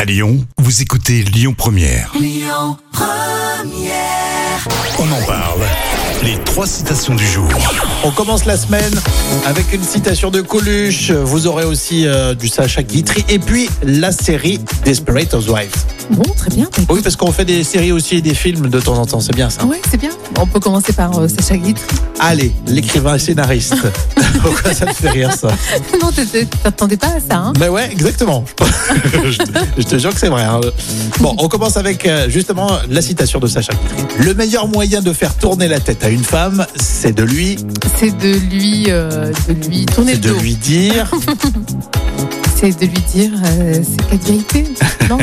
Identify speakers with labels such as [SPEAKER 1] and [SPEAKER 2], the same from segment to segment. [SPEAKER 1] À Lyon, vous écoutez Lyon Première. On en parle. Les trois citations du jour.
[SPEAKER 2] On commence la semaine avec une citation de Coluche. Vous aurez aussi euh, du Sacha Guitry et puis la série Desperate Housewives.
[SPEAKER 3] Bon, très bien. bah
[SPEAKER 2] Oui, parce qu'on fait des séries aussi et des films de temps en temps, c'est bien ça.
[SPEAKER 3] Ouais, c'est bien. On peut commencer par euh, Sacha Guitry.
[SPEAKER 2] Allez, l'écrivain et scénariste. Pourquoi ça te fait rire ça
[SPEAKER 3] non, t'es- t'es- t'attendais pas à ça. Hein
[SPEAKER 2] Mais ouais, exactement. je, te, je te jure que c'est vrai. hein. Bon, on commence avec euh, justement la citation de Sacha Guitry. Le meilleur moyen de faire tourner la tête à une femme, c'est de lui,
[SPEAKER 3] c'est de lui, euh, de lui tourner
[SPEAKER 2] c'est
[SPEAKER 3] le
[SPEAKER 2] de
[SPEAKER 3] dos.
[SPEAKER 2] lui dire.
[SPEAKER 3] C'est de lui dire euh, c'est quatre vérités. Non,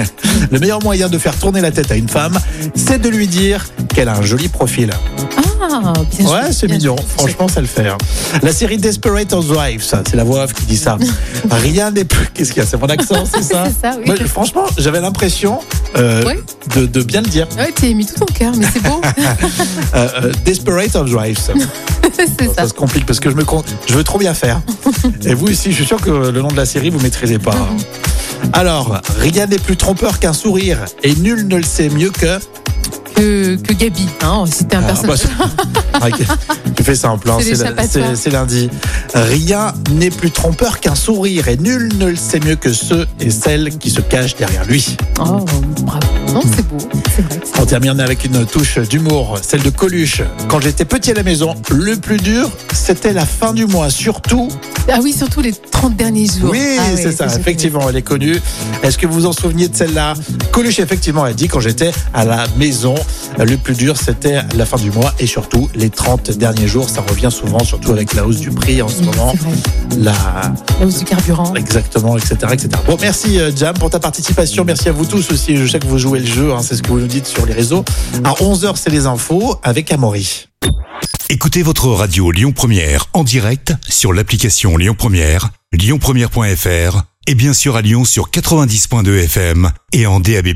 [SPEAKER 2] Le meilleur moyen de faire tourner la tête à une femme, c'est de lui dire qu'elle a un joli profil.
[SPEAKER 3] ah, bien joué,
[SPEAKER 2] Ouais, c'est
[SPEAKER 3] bien
[SPEAKER 2] mignon.
[SPEAKER 3] joué.
[SPEAKER 2] Franchement, ça le fait. hein. La série Desperate Housewives, ça, c'est la voix off qui dit ça. Rien n'est plus. Qu'est-ce qu'il y a C'est mon accent, c'est ça
[SPEAKER 3] C'est ça, oui.
[SPEAKER 2] Moi, Franchement, j'avais l'impression euh,
[SPEAKER 3] Ouais.
[SPEAKER 2] de, de bien le dire.
[SPEAKER 3] Ouais, t'y as mis tout ton cœur, mais c'est beau.
[SPEAKER 2] Euh, euh, Desperate Housewives.
[SPEAKER 3] c'est ça.
[SPEAKER 2] Ça se complique parce que je me con- je veux trop bien faire. Et vous aussi, je suis sûr que le nom de la série vous maîtrisez pas.
[SPEAKER 3] Mhm.
[SPEAKER 2] Alors, rien n'est plus trompeur qu'un sourire et nul ne le sait mieux que.
[SPEAKER 3] Que, que Gabi, hein, c'était un
[SPEAKER 2] Ah,
[SPEAKER 3] personnage.
[SPEAKER 2] bah, c'est- Ok, tu fais simple, hein,
[SPEAKER 3] C'est
[SPEAKER 2] c'est
[SPEAKER 3] l'échappatoire.
[SPEAKER 2] c'est- c'est lundi. Rien n'est plus trompeur qu'un sourire et nul ne le sait mieux que ceux et celles qui se cachent derrière lui.
[SPEAKER 3] Oh, bravo. Non, c'est beau. C'est vrai.
[SPEAKER 2] On termine avec une touche d'humour, celle de Coluche. Quand j'étais petit à la maison, le plus dur, c'était la fin du mois, surtout.
[SPEAKER 3] Ah oui, surtout les 30 derniers jours.
[SPEAKER 2] Oui,
[SPEAKER 3] Ah
[SPEAKER 2] c'est
[SPEAKER 3] ouais,
[SPEAKER 2] ça,
[SPEAKER 3] j'ai fait.
[SPEAKER 2] effectivement, elle est connue. Est-ce que vous vous en souveniez de celle-là Coluche, effectivement, a dit quand j'étais à la maison, le plus dur, c'était la fin du mois et surtout les 30 derniers jours. Ça revient souvent, surtout avec la hausse du prix en ce
[SPEAKER 3] Oui,
[SPEAKER 2] moment.
[SPEAKER 3] C'est vrai.
[SPEAKER 2] La...
[SPEAKER 3] La hausse du carburant.
[SPEAKER 2] Exactement, etc., etc. Bon, merci euh, Jam pour ta participation. Merci à vous tous aussi. Je sais que vous jouez le jeu, hein, c'est ce que vous nous dites sur les réseaux. À 11h, c'est les infos avec Amaury.
[SPEAKER 1] Écoutez votre radio Lyon Première en direct sur l'application Lyon Première, lyonpremière.fr et bien sûr à Lyon sur 90.2 FM et en DAB+.